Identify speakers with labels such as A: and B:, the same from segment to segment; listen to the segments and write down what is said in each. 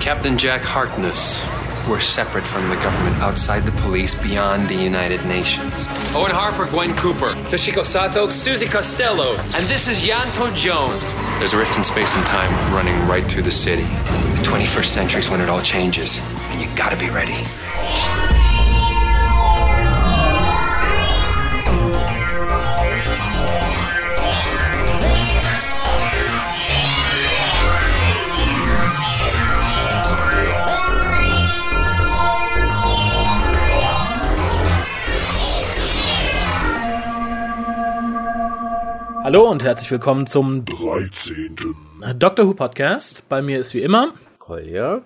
A: Captain Jack Harkness. We're separate from the government, outside the police, beyond the United Nations. Owen Harper, Gwen Cooper, Toshiko Sato, Susie Costello, and this is Yanto Jones. There's a rift in space and time running right through the city. The 21st century is when it all changes, and you gotta be ready.
B: Hallo und herzlich willkommen zum
C: 13.
B: Doctor Who Podcast. Bei mir ist wie immer.
D: Kolja?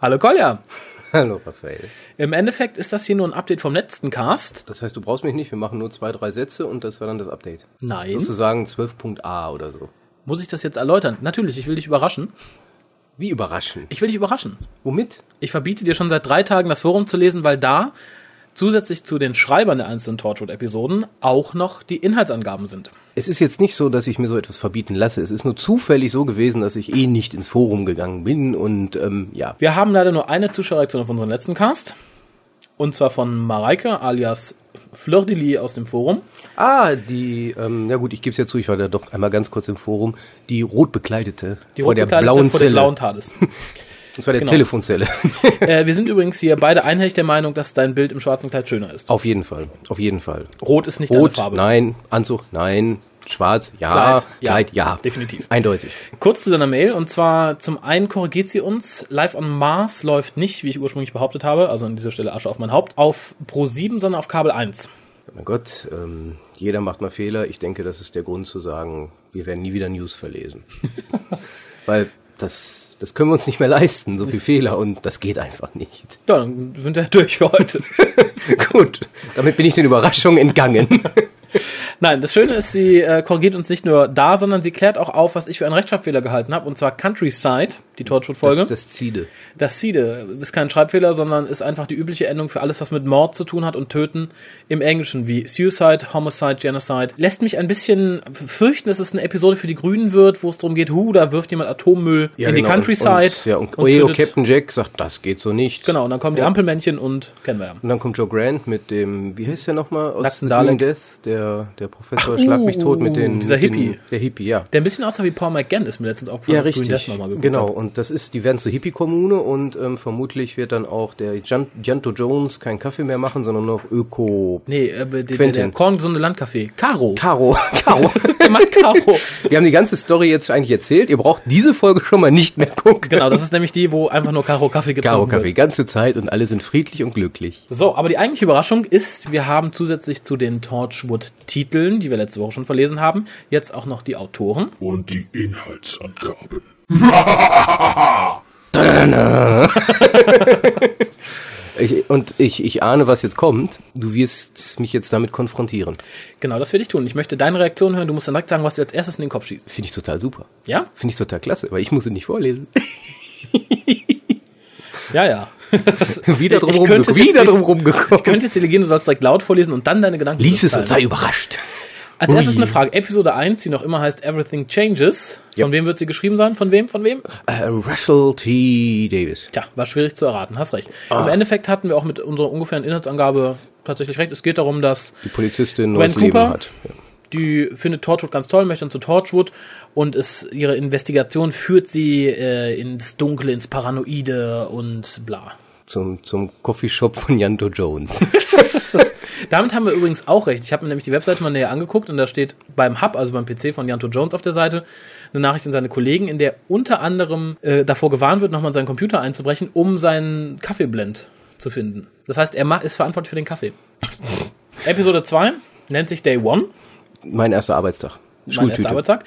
B: Hallo Kolja.
D: Hallo, Raphael.
B: Im Endeffekt ist das hier nur ein Update vom letzten Cast.
D: Das heißt, du brauchst mich nicht, wir machen nur zwei, drei Sätze und das war dann das Update.
B: Nein.
D: Sozusagen 12.a oder so.
B: Muss ich das jetzt erläutern? Natürlich, ich will dich überraschen.
D: Wie überraschend.
B: Ich will dich überraschen.
D: Womit?
B: Ich verbiete dir schon seit drei Tagen das Forum zu lesen, weil da zusätzlich zu den Schreibern der einzelnen Torchwood-Episoden auch noch die Inhaltsangaben sind.
D: Es ist jetzt nicht so, dass ich mir so etwas verbieten lasse. Es ist nur zufällig so gewesen, dass ich eh nicht ins Forum gegangen bin und ähm, ja.
B: Wir haben leider nur eine Zuschauerreaktion auf unseren letzten Cast. Und zwar von Mareike alias Fleur de Lis aus dem Forum.
D: Ah, die, ähm, ja gut, ich gebe es ja zu, ich war da doch einmal ganz kurz im Forum. Die rotbekleidete
B: Die
D: vor der
B: Rotbekleidete
D: blauen
B: vor
D: Zelle.
B: dem blauen Tades.
D: und zwar der
B: genau.
D: Telefonzelle.
B: äh, wir sind übrigens hier beide einhellig der Meinung, dass dein Bild im schwarzen Kleid schöner ist.
D: auf jeden Fall. Auf jeden Fall.
B: Rot ist nicht deine
D: Rot,
B: Farbe.
D: nein. Anzug, nein. Schwarz, ja.
B: Kleid,
D: Kleid,
B: ja.
D: ja.
B: Definitiv.
D: Eindeutig.
B: Kurz zu deiner Mail. Und zwar zum einen korrigiert sie uns. Live on Mars läuft nicht, wie ich ursprünglich behauptet habe, also an dieser Stelle Asche auf mein Haupt, auf Pro 7, sondern auf Kabel 1.
D: Oh Mein Gott, ähm, jeder macht mal Fehler. Ich denke, das ist der Grund zu sagen, wir werden nie wieder News verlesen. Weil das, das können wir uns nicht mehr leisten, so viel Fehler und das geht einfach nicht.
B: Ja, dann sind wir durch für heute.
D: Gut, damit bin ich den Überraschungen entgangen.
B: Nein, das Schöne ist, sie äh, korrigiert uns nicht nur da, sondern sie klärt auch auf, was ich für einen Rechtschreibfehler gehalten habe. Und zwar Countryside, die Torchwood-Folge.
D: Das, das Ziele.
B: Das Side ist kein Schreibfehler, sondern ist einfach die übliche Endung für alles, was mit Mord zu tun hat und Töten im Englischen, wie Suicide, Homicide, Genocide. Lässt mich ein bisschen fürchten, dass es eine Episode für die Grünen wird, wo es darum geht, hu, da wirft jemand Atommüll in die Countryside.
D: genau. Und, ja, und, Oeo
B: tötet-
D: Captain Jack sagt, das geht so nicht.
B: Genau, und dann kommen die
D: Ja.
B: Ampelmännchen und kennen wir ja.
D: Und dann kommt Joe Grant mit dem, wie heißt der nochmal? Aus
B: Nackten
D: The
B: Dalek.
D: Green Death, der, der Professor Schlag mich tot mit den...
B: dieser
D: mit den-
B: Hippie.
D: Der Hippie, ja.
B: Der ein bisschen aussah wie Paul McGann ist mir letztens aufgefallen,
D: Ja,
B: als ich Green
D: richtig.
B: Death nochmal geguckt
D: Genau,
B: habe.
D: und das ist, die werden zur Hippie-Kommune und ähm, vermutlich wird dann auch der Gian- Gianto Jones keinen Kaffee mehr machen, sondern noch Öko.
B: Nee, äh, der, der, der
D: Quentin.
B: korngesunde Landkaffee. Caro.
D: Caro. Caro.
B: der macht Caro.
D: Wir haben die ganze Story jetzt eigentlich erzählt. Ihr braucht diese Folge schon mal nicht mehr gucken.
B: Genau, das ist nämlich die, wo einfach nur Caro Kaffee getrunken
D: Caro
B: wird.
D: Kaffee, ganze Zeit und alle sind friedlich und glücklich.
B: So, aber die eigentliche Überraschung ist, wir haben zusätzlich zu den Torchwood-Titeln, die wir letzte Woche schon verlesen haben, jetzt auch noch die Autoren.
C: Und die Inhaltsangaben.
D: Ich, und ich, ich ahne, was jetzt kommt. Du wirst mich jetzt damit konfrontieren.
B: Genau, das werde ich tun. Ich möchte deine Reaktion hören. Du musst dann direkt sagen, was dir als erstes in den Kopf schießt.
D: Finde ich total super.
B: Ja?
D: Finde ich total klasse, weil ich muss sie nicht vorlesen.
B: Ja, ja.
D: Wieder drum
B: Ich könnte es jetzt
D: rumgekommen. Wieder
B: nicht-
D: drum rumgekommen.
B: Ich könnte jetzt dir gehen, du sollst direkt laut vorlesen und dann deine Gedanken.
D: Lies es und
B: mitteilen.
D: sei überrascht.
B: Als erstes eine Frage. Episode 1, die noch immer heißt Everything Changes. Von
D: Yep.
B: wem wird sie geschrieben sein? Von wem? Von wem?
D: Äh, Russell T. Davis.
B: Tja, war schwierig zu erraten. Hast recht.
D: Ah.
B: Im Endeffekt hatten wir auch mit unserer ungefähren Inhaltsangabe tatsächlich recht. Es geht darum, dass
D: Die Polizistin
B: Gwen
D: neues Leben
B: Cooper?
D: hat. Ja.
B: die findet Torchwood ganz toll, möchte dann zu Torchwood und ist, ihre Investigation führt sie äh, ins Dunkle, ins Paranoide und bla.
D: Zum, zum Coffeeshop von Janto Jones.
B: Damit haben wir übrigens auch recht. Ich habe mir nämlich die Webseite mal näher angeguckt und da steht beim Hub, also beim PC von Janto Jones auf der Seite, eine Nachricht an seine Kollegen, in der unter anderem äh, davor gewarnt wird, nochmal in seinen Computer einzubrechen, um seinen Kaffeeblend zu finden. Das heißt, er ma- ist verantwortlich für den Kaffee. Episode 2 nennt sich Day One.
D: mein erster Arbeitstag.
B: mein erster Arbeitstag.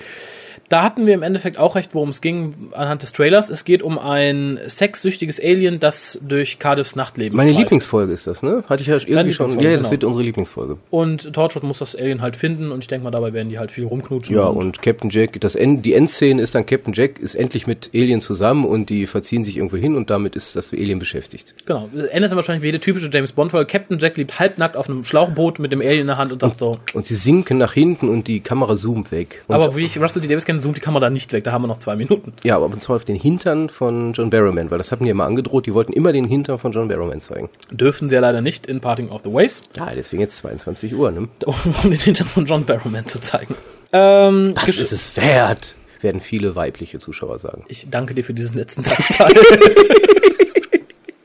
B: Da hatten wir im Endeffekt auch recht, worum es ging anhand des Trailers. Es geht um ein sexsüchtiges Alien, das durch Cardiffs Nachtleben
D: Meine
B: streift.
D: Lieblingsfolge ist das, ne? Hatte ich ja irgendwie schon.
B: Lieblingsfolge,
D: Ja, das
B: genau.
D: wird unsere Lieblingsfolge.
B: Und Torchwood muss das Alien halt finden und ich denke mal, dabei werden die halt viel rumknutschen.
D: Ja, und Captain Jack, das End, die Endszene ist dann Captain Jack ist endlich mit Alien zusammen und die verziehen sich irgendwo hin und damit ist das Alien beschäftigt.
B: Genau, ändert dann wahrscheinlich wie jede typische James Bond, weil Captain Jack liegt halbnackt auf einem Schlauchboot mit dem Alien in der Hand und sagt so,
D: Und sie sinken nach hinten und die Kamera zoomt weg. Und
B: aber wie ich Russell T. Davis kenne, dann zoomt die Kamera nicht weg, da haben wir noch zwei Minuten.
D: Ja, aber und zwar auf den Hintern von John Barrowman, weil das hatten die immer angedroht, die wollten immer den Hintern von John Barrowman zeigen.
B: Dürfen sie ja leider nicht in Parting of the Ways,
D: Ja, deswegen jetzt 22 Uhr, ne?
B: um den Hintern von John Barrowman zu zeigen. Ähm,
D: Das ist es wert, werden viele weibliche Zuschauer sagen.
B: ich danke dir für diesen letzten Satzteil.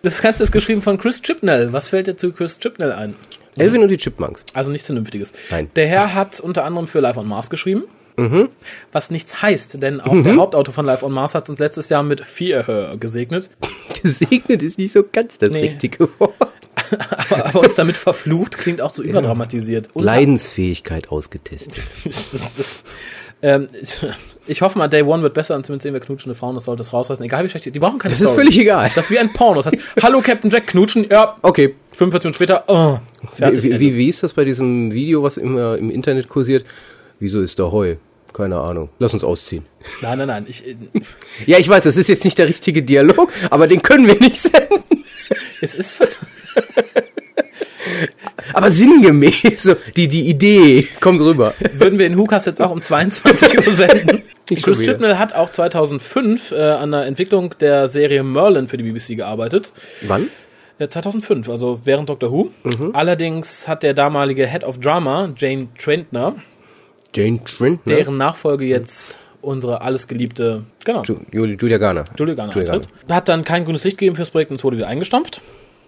B: das Ganze ist geschrieben von Chris Chibnall. Was fällt dir zu Chris Chibnall ein?
D: Elvin und die Chipmunks.
B: Also nichts Vernünftiges.
D: Nein. Mhm.
B: Der Herr hat unter anderem für Life on Mars geschrieben. Was nichts heißt, denn auch der Hauptautor von Life on Mars hat uns letztes Jahr mit Fear Her gesegnet,
D: Gesegnet ist nicht so ganz das
B: Nee.
D: richtige Wort.
B: aber, aber uns damit verflucht, klingt auch so überdramatisiert. Und-
D: Leidensfähigkeit ausgetestet.
B: Das ist- ähm, ich- ich hoffe mal, Day One wird besser und zumindest sehen wir knutschende Frauen, das sollte es rausreißen. Egal wie schlecht, die- die brauchen keine
D: Das ist völlig egal.
B: Das ist wie ein Porno. Das heißt, hallo Captain Jack, knutschen, ja,
D: Okay.
B: 45 Minuten später, oh, fertig.
D: wie,
B: Ende.
D: wie, wie ist das bei diesem Video, was immer im Internet kursiert? Wieso ist da Heu? Keine Ahnung. Lass uns ausziehen.
B: Nein, nein, nein, ich, äh,
D: Ja, ich weiß, das ist jetzt nicht der richtige Dialog, aber den können wir nicht senden.
B: es ist, ver-
D: Aber sinngemäß, so, die, die Idee kommt rüber.
B: würden wir in Hukas jetzt auch um 22 Uhr senden.
D: Ich
B: Chris
D: schon wieder.
B: Chibnall hat auch 2005 äh, an der Entwicklung der Serie Merlin für die BBC gearbeitet.
D: Wann?
B: Ja, 2005, also während Doctor Who.
D: Mhm.
B: Allerdings hat der damalige Head of Drama, Jane Trentner,
D: Jane Trent, ne?
B: deren Nachfolge jetzt unsere alles geliebte, genau,
D: Ju- Julia, Julia Garner.
B: Julie Garner antritt. Hat dann kein grünes Licht gegeben fürs Projekt und es wurde wieder eingestampft.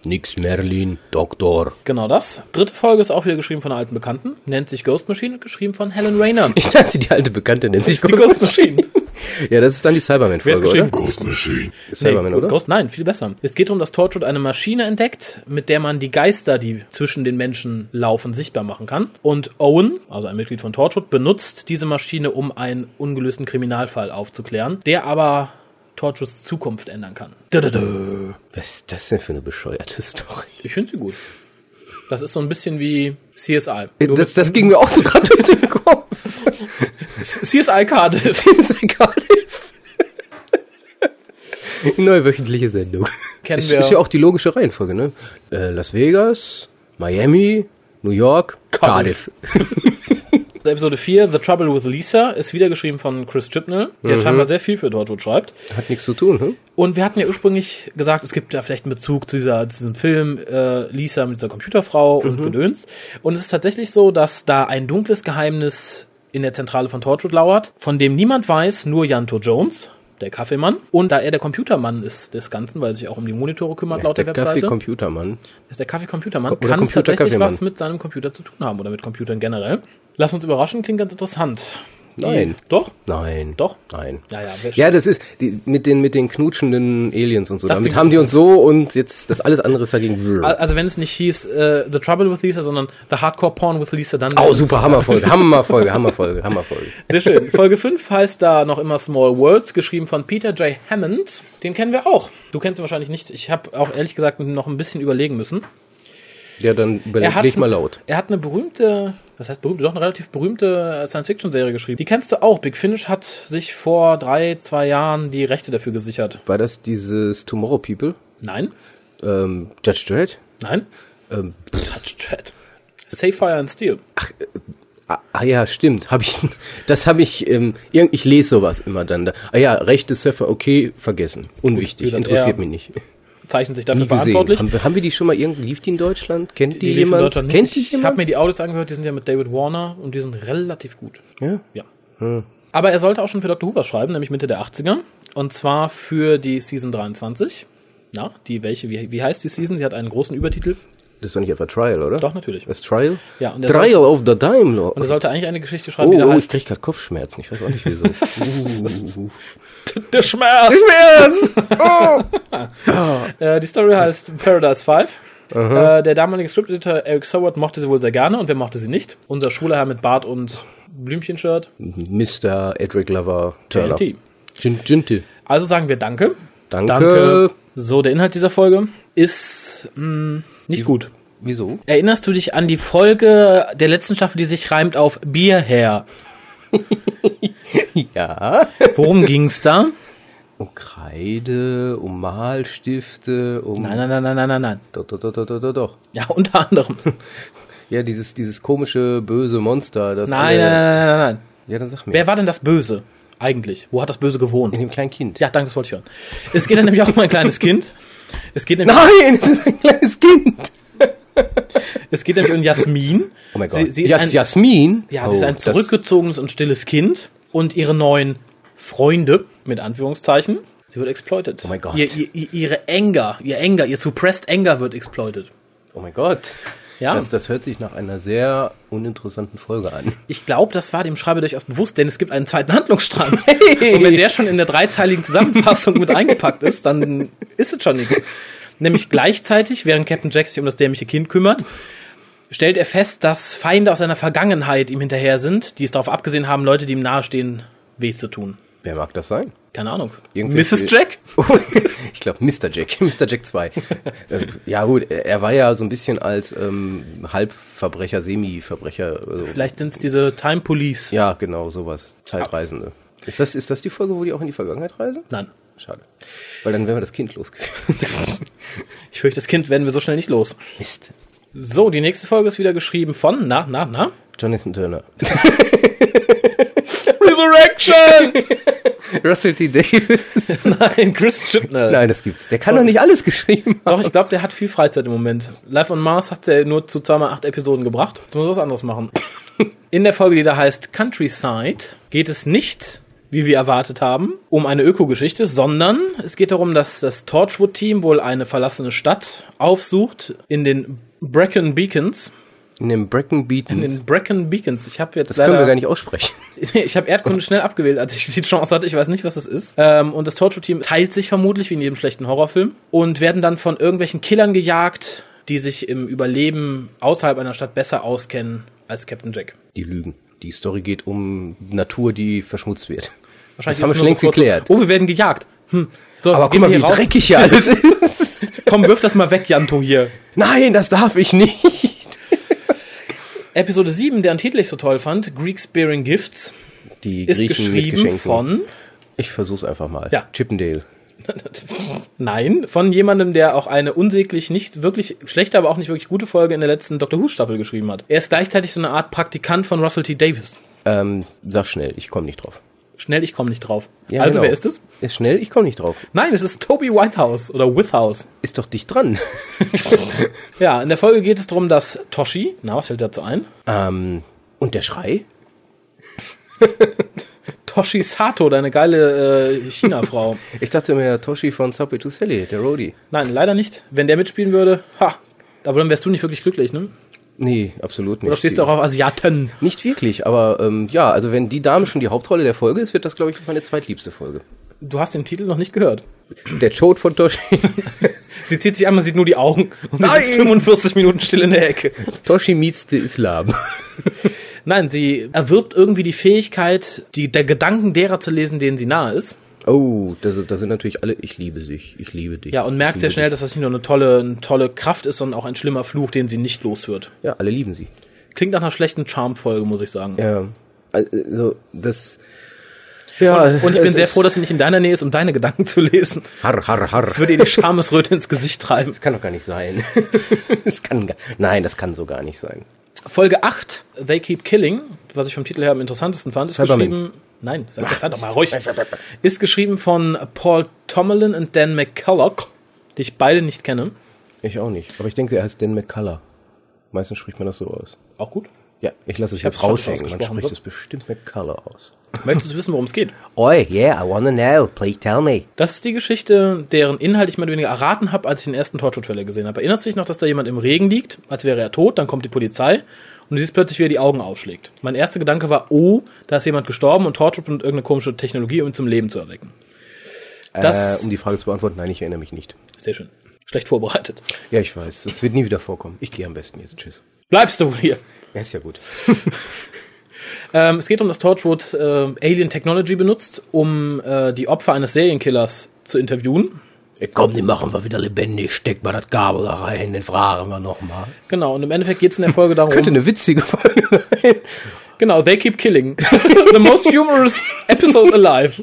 D: Nix Merlin, Doktor.
B: Genau das. Dritte Folge ist auch wieder geschrieben von einer alten Bekannten, nennt sich Ghost Machine und geschrieben von Helen Rayner.
D: Ich dachte, die alte Bekannte nennt sich
B: Die Ghost Machine.
D: Ja, das ist dann die
B: Wer hat
D: Cyberman-Folge,
B: geschrieben?
D: oder?
C: Ghost Machine.
D: Cyberman,
B: Nee,
D: oder?
B: Ghost, nein, viel besser. Es geht darum, dass Torchwood eine Maschine entdeckt, mit der man die Geister, die zwischen den Menschen laufen, sichtbar machen kann. Und Owen, also ein Mitglied von Torchwood, benutzt diese Maschine, um einen ungelösten Kriminalfall aufzuklären, der aber Torchwoods Zukunft ändern kann. Dadadö.
D: Was ist das denn für eine bescheuerte Story?
B: Ich finde sie gut. Das ist so ein bisschen wie CSI.
D: Äh, Das, das ging mir auch so gerade durch den Kopf.
B: CSI-Karte.
D: Das ist egal. Neue wöchentliche Sendung.
B: Kennen
D: ist,
B: wir.
D: ist ja auch die logische Reihenfolge, ne? Äh, Las Vegas, Miami, New York,
B: Cardiff.
D: Cardiff.
B: Episode 4, The Trouble with Lisa, ist wiedergeschrieben von Chris Chibnall, der scheinbar sehr viel für Torchwood schreibt.
D: Hat nichts zu tun, ne?
B: Und wir hatten ja ursprünglich gesagt, es gibt ja vielleicht einen Bezug zu, dieser, zu diesem Film äh, Lisa mit dieser Computerfrau
D: Mhm.
B: und Gedöns. Und es ist tatsächlich so, dass da ein dunkles Geheimnis in der Zentrale von Torchwood lauert, von dem niemand weiß, nur Janto Jones, der Kaffeemann. Und da er der Computermann ist des Ganzen, weil er sich auch um die Monitore kümmert, laut der, Webseite,
D: Kaffee-Computermann.
B: ist der Kaffee-Computermann,
D: Oder
B: kann es
D: Computer-
B: tatsächlich was
D: Kaffeemann.
B: mit seinem Computer zu tun haben oder mit Computern generell. Lass uns überraschen, klingt ganz interessant. Die-
D: Nein.
B: Hm, Doch?
D: Nein.
B: Doch?
D: Nein.
B: Ja, ja, wer-
D: Ja, das ist die, mit den mit den knutschenden Aliens und so.
B: Das
D: Damit
B: klingt
D: haben die uns so und jetzt das alles andere ist dagegen.
B: Al- Also wenn es nicht hieß äh, The Trouble with Lisa, sondern The Hardcore Porn with Lisa, dann
D: Oh, super Hammerfolge, Hammerfolge, Hammerfolge, Hammerfolge.
B: Sehr schön. Folge 5 heißt da noch immer Small Worlds, geschrieben von Peter J. Hammond. Den kennen wir auch. Du kennst ihn wahrscheinlich nicht. Ich habe auch ehrlich gesagt noch ein bisschen überlegen müssen.
D: Ja, dann überleg
B: hat,
D: Äh, leg mal laut.
B: er hat eine berühmte, was heißt berühmte, doch eine relativ berühmte äh, Science-Fiction-Serie geschrieben. Die kennst du auch. Big Finish hat sich vor drei, zwei Jahren die Rechte dafür gesichert.
D: War das dieses Tomorrow People?
B: Nein,
D: Ähm, Judge Dredd?
B: nein.
D: Ähm,
B: Touch Dread. Safe Fire and Steel.
D: ah, ah ja, stimmt. Hab ich, das habe ich, ähm, irgend, ich lese sowas immer dann. Da. Ah ja, rechte Surfer, okay, vergessen. Unwichtig,
B: Gut,
D: interessiert
B: ja.
D: mich nicht.
B: Zeichnet sich dafür
D: Nie gesehen.
B: verantwortlich.
D: Haben, wir- haben wir die schon mal irgendwie, lief die in Deutschland? Kennt die,
B: Die liefen in
D: jemand?
B: Deutschland
D: Kennt
B: nicht.
D: die
B: Ich habe
D: jemand?
B: mir die Audios angehört, die sind ja mit David Warner und die sind relativ gut.
D: Ja? Hm.
B: Ja. Aber er sollte auch schon für Dr. Who was schreiben, nämlich Mitte der 80er. Und zwar für die Season 23. Na, die welche, wie, wie heißt die Season? Die hat einen großen Übertitel.
D: Das ist doch nicht etwa Trial, oder?
B: Doch, natürlich.
D: Das Trial?
B: Ja, und der
D: Trial
B: sollte-
D: of the Dime Lord.
B: Und er sollte eigentlich eine Geschichte schreiben,
D: Oh,
B: die da
D: oh ich
B: heißt
D: krieg grad Kopfschmerzen. Ich weiß auch nicht wieso. uh,
B: Der Schmerz!
D: Schmerz!
B: Äh, die Story heißt Paradise 5. Äh, der damalige Scripteditor Eric Soward mochte sie wohl sehr gerne und wer mochte sie nicht? Unser schwuler Herr mit Bart und Blümchenshirt,
D: Mr. Edric Lover Turner.
B: TNT.
D: Gin- Ginte.
B: Also sagen wir Danke.
D: Danke.
B: So, der Inhalt dieser Folge ist mh, nicht gut.
D: Wieso?
B: Erinnerst du dich an die Folge der letzten Staffel, die sich reimt auf Bier her?
D: Ja.
B: Worum ging's da?
D: Um Kreide, um Malstifte, um...
B: Nein, nein, nein, nein, nein, nein, nein.
D: Doch, doch, doch, doch, doch, doch, doch.
B: Ja, unter anderem.
D: Ja, dieses, dieses komische, böse Monster. Das
B: Nein, nein, nein,
D: alle-
B: nein, nein, nein.
D: Ja, dann sag mir.
B: Wer war denn das Böse? Eigentlich. Wo hat das Böse gewohnt?
D: In dem kleinen Kind.
B: Ja, danke, das wollte ich hören. Es geht dann nämlich auch um ein kleines Kind. Es geht nämlich,
D: Nein, es ist ein kleines Kind.
B: es geht nämlich um Jasmin.
D: Oh mein Gott.
B: Sie, sie ist
D: Jas-
B: ein,
D: Jasmin?
B: ja,
D: oh,
B: sie ist ein
D: das-
B: zurückgezogenes und stilles Kind und ihre neuen Freunde, mit Anführungszeichen, sie wird exploited. Oh
D: mein Gott.
B: Ihr, ihr, ihr- ihre Anger, ihr Anger, ihr suppressed Anger wird exploited.
D: Oh mein Gott.
B: Ja.
D: Das, das hört sich nach einer sehr uninteressanten Folge an.
B: Ich glaube, das war dem Schreiber durchaus bewusst, denn es gibt einen zweiten Handlungsstrang. Und wenn der schon in der dreizeiligen Zusammenfassung mit eingepackt ist, dann ist es schon nichts. Nämlich gleichzeitig, während Captain Jack sich um das dämliche Kind kümmert, stellt er fest, dass Feinde aus seiner Vergangenheit ihm hinterher sind, die es darauf abgesehen haben, Leute, die ihm nahestehen, weh zu tun.
D: Wer mag das sein?
B: Keine Ahnung.
D: Irgendwelche-
B: Mrs. Jack?
D: ich glaube, Mr. Jack, Mr. Jack 2. äh, ja gut, er war ja so ein bisschen als ähm, Halbverbrecher, Semi-Verbrecher. Also,
B: Vielleicht sind es diese Time Police.
D: ja, genau, sowas. Zeitreisende. Ist das, ist das die Folge, wo die auch in die Vergangenheit reisen?
B: Nein.
D: Schade. Weil dann wären wir das Kind los gewesen.
B: Ich fürchte, das Kind werden wir so schnell nicht los.
D: Mist.
B: So, die nächste Folge ist wieder geschrieben von, na, na, na?
D: Jonathan Turner.
B: Resurrection!
D: Russell T. Davis.
B: Nein, Chris Chibnall.
D: Nein, das gibt's. Der kann doch nicht alles geschrieben haben.
B: Doch, ich glaube, der hat viel Freizeit im Moment. Life on Mars hat er nur zu zweimal acht Episoden gebracht. Jetzt muss er was anderes machen. In der Folge, die da heißt Countryside, geht es nicht, wie wir erwartet haben, um eine Ökogeschichte, sondern es geht darum, dass das Torchwood-Team wohl eine verlassene Stadt aufsucht in den Brecon Beacons.
D: In dem Brecken
B: In
D: Beaten.
B: den Brecon Beacons. Ich habe jetzt
D: das können wir gar nicht aussprechen.
B: ich habe Erdkunde schnell abgewählt, als ich die Chance hatte. Ich weiß nicht, was das ist. Ähm, und das Torture-Team teilt sich vermutlich wie in jedem schlechten Horrorfilm und werden dann von irgendwelchen Killern gejagt, die sich im Überleben außerhalb einer Stadt besser auskennen als Captain Jack.
D: Die Lügen. Die Story geht um Natur, die verschmutzt wird.
B: Wahrscheinlich
D: Das haben
B: ist
D: wir
B: nur
D: längst
B: kurz so,
D: geklärt.
B: Oh, wir werden gejagt. Hm. So,
D: Aber
B: jetzt
D: guck
B: gehen
D: mal,
B: wir
D: wie
B: hier raus.
D: dreckig hier alles ist.
B: Komm, wirf das mal weg, Janto hier.
D: Nein, das darf ich nicht.
B: Episode 7, deren Titel ich so toll fand, Greek Spearing Gifts,
D: Die
B: ist
D: Griechen mit
B: geschrieben
D: Geschenken.
B: von
D: ich versuch's einfach mal.
B: Ja.
D: Chippendale.
B: Nein, von jemandem, der auch eine unsäglich nicht wirklich schlechte, aber auch nicht wirklich gute Folge in der letzten Doctor Who Staffel geschrieben hat. Er ist gleichzeitig so eine Art Praktikant von Russell T. Davis.
D: Ähm, sag schnell, ich komme nicht drauf.
B: Schnell, ich komme nicht drauf.
D: Ja,
B: also
D: genau.
B: wer ist es?
D: Ist schnell, ich komme nicht drauf.
B: Nein, es ist Toby Whitehouse oder Withouse.
D: Ist doch dicht dran.
B: Ja, in der Folge geht es darum, dass Toshi, na, was fällt dazu ein?
D: ähm, und der Schrei?
B: Toshi Sato, deine geile äh, China-Frau.
D: Ich dachte mir, Toshi von Subway to Sally, der Roadie.
B: Nein, leider nicht. Wenn der mitspielen würde, ha, aber dann wärst du nicht wirklich glücklich, ne?
D: Nee, absolut nicht.
B: Oder stehst du auch auf Asiaten?
D: Nicht wirklich, aber ähm, ja, also wenn die Dame schon die Hauptrolle der Folge ist, wird das, glaube ich, jetzt meine zweitliebste Folge.
B: Du hast den Titel noch nicht gehört.
D: Der Chode von Toshi,
B: Sie zieht sich an, man sieht nur die Augen und sie
D: Nein!
B: sitzt 45 Minuten still in der Ecke.
D: Toshi meets the Islam.
B: Nein, sie erwirbt irgendwie die Fähigkeit, die der Gedanken derer zu lesen, denen sie nahe ist.
D: Oh, das, ist- das sind natürlich alle, ich liebe dich, ich liebe dich.
B: Ja, und merkt
D: ich
B: sehr
D: liebe
B: schnell, dass das nicht nur eine tolle, eine tolle Kraft ist, sondern auch ein schlimmer Fluch, den sie nicht los wird.
D: dich. Ja, alle lieben sie.
B: Klingt nach einer schlechten Charm-Folge, muss ich sagen.
D: Ja, also das... Ja,
B: Und ich
D: es
B: bin sehr
D: ist-
B: froh, dass sie nicht in deiner Nähe ist, um deine Gedanken zu lesen.
D: Har, har, har.
B: Das würde ihr die Schamesröte ins Gesicht treiben.
D: Das kann doch gar nicht sein. das kann gar, nein, das kann so gar nicht sein.
B: Folge 8, They Keep Killing, was ich vom Titel her am interessantesten fand, ist
D: Cybermen.
B: geschrieben. Nein, sag das sei doch mal ruhig. Ist geschrieben von Paul Tomlin und Dan McCulloch, die ich beide nicht kenne.
D: Ich auch nicht. Aber ich denke, er heißt Dan McCullough. Meistens spricht man das so aus.
B: Auch gut.
D: Ja, ich lasse es
B: hab's
D: jetzt
B: schon
D: raushängen. Man
B: ausgesprochen,
D: spricht
B: so.
D: es bestimmt McCullough aus.
B: Möchtest du wissen, worum es geht?
D: Oi, yeah, I wanna know. Please tell me.
B: Das ist die Geschichte, deren Inhalt ich mehr oder weniger erraten habe, als ich den ersten Torture-Trailer gesehen habe. Erinnerst du dich noch, dass da jemand im Regen liegt, als wäre er tot, dann kommt die Polizei und du siehst plötzlich, wie er die Augen aufschlägt. Mein erster Gedanke war, oh, da ist jemand gestorben und Torture benutzt irgendeine komische Technologie, um ihn zum Leben zu erwecken. Das
D: äh, um die Frage zu beantworten, nein, ich erinnere mich nicht.
B: sehr schön. Schlecht vorbereitet.
D: Ja, ich weiß. Das wird nie wieder vorkommen. Ich gehe am besten jetzt. Tschüss.
B: Bleibst du wohl hier.
D: Ja, ist ja gut.
B: Ähm, es geht um, dass Torchwood äh, Alien Technology benutzt, um äh, die Opfer eines Serienkillers zu interviewen.
D: Äh, Komm, die machen wir wieder lebendig. Steck mal das Gabel da rein, den fragen wir nochmal.
B: Genau, und im Endeffekt geht es in der Folge darum.
D: Könnte eine witzige Folge sein.
B: Genau, they keep killing. The most humorous episode alive.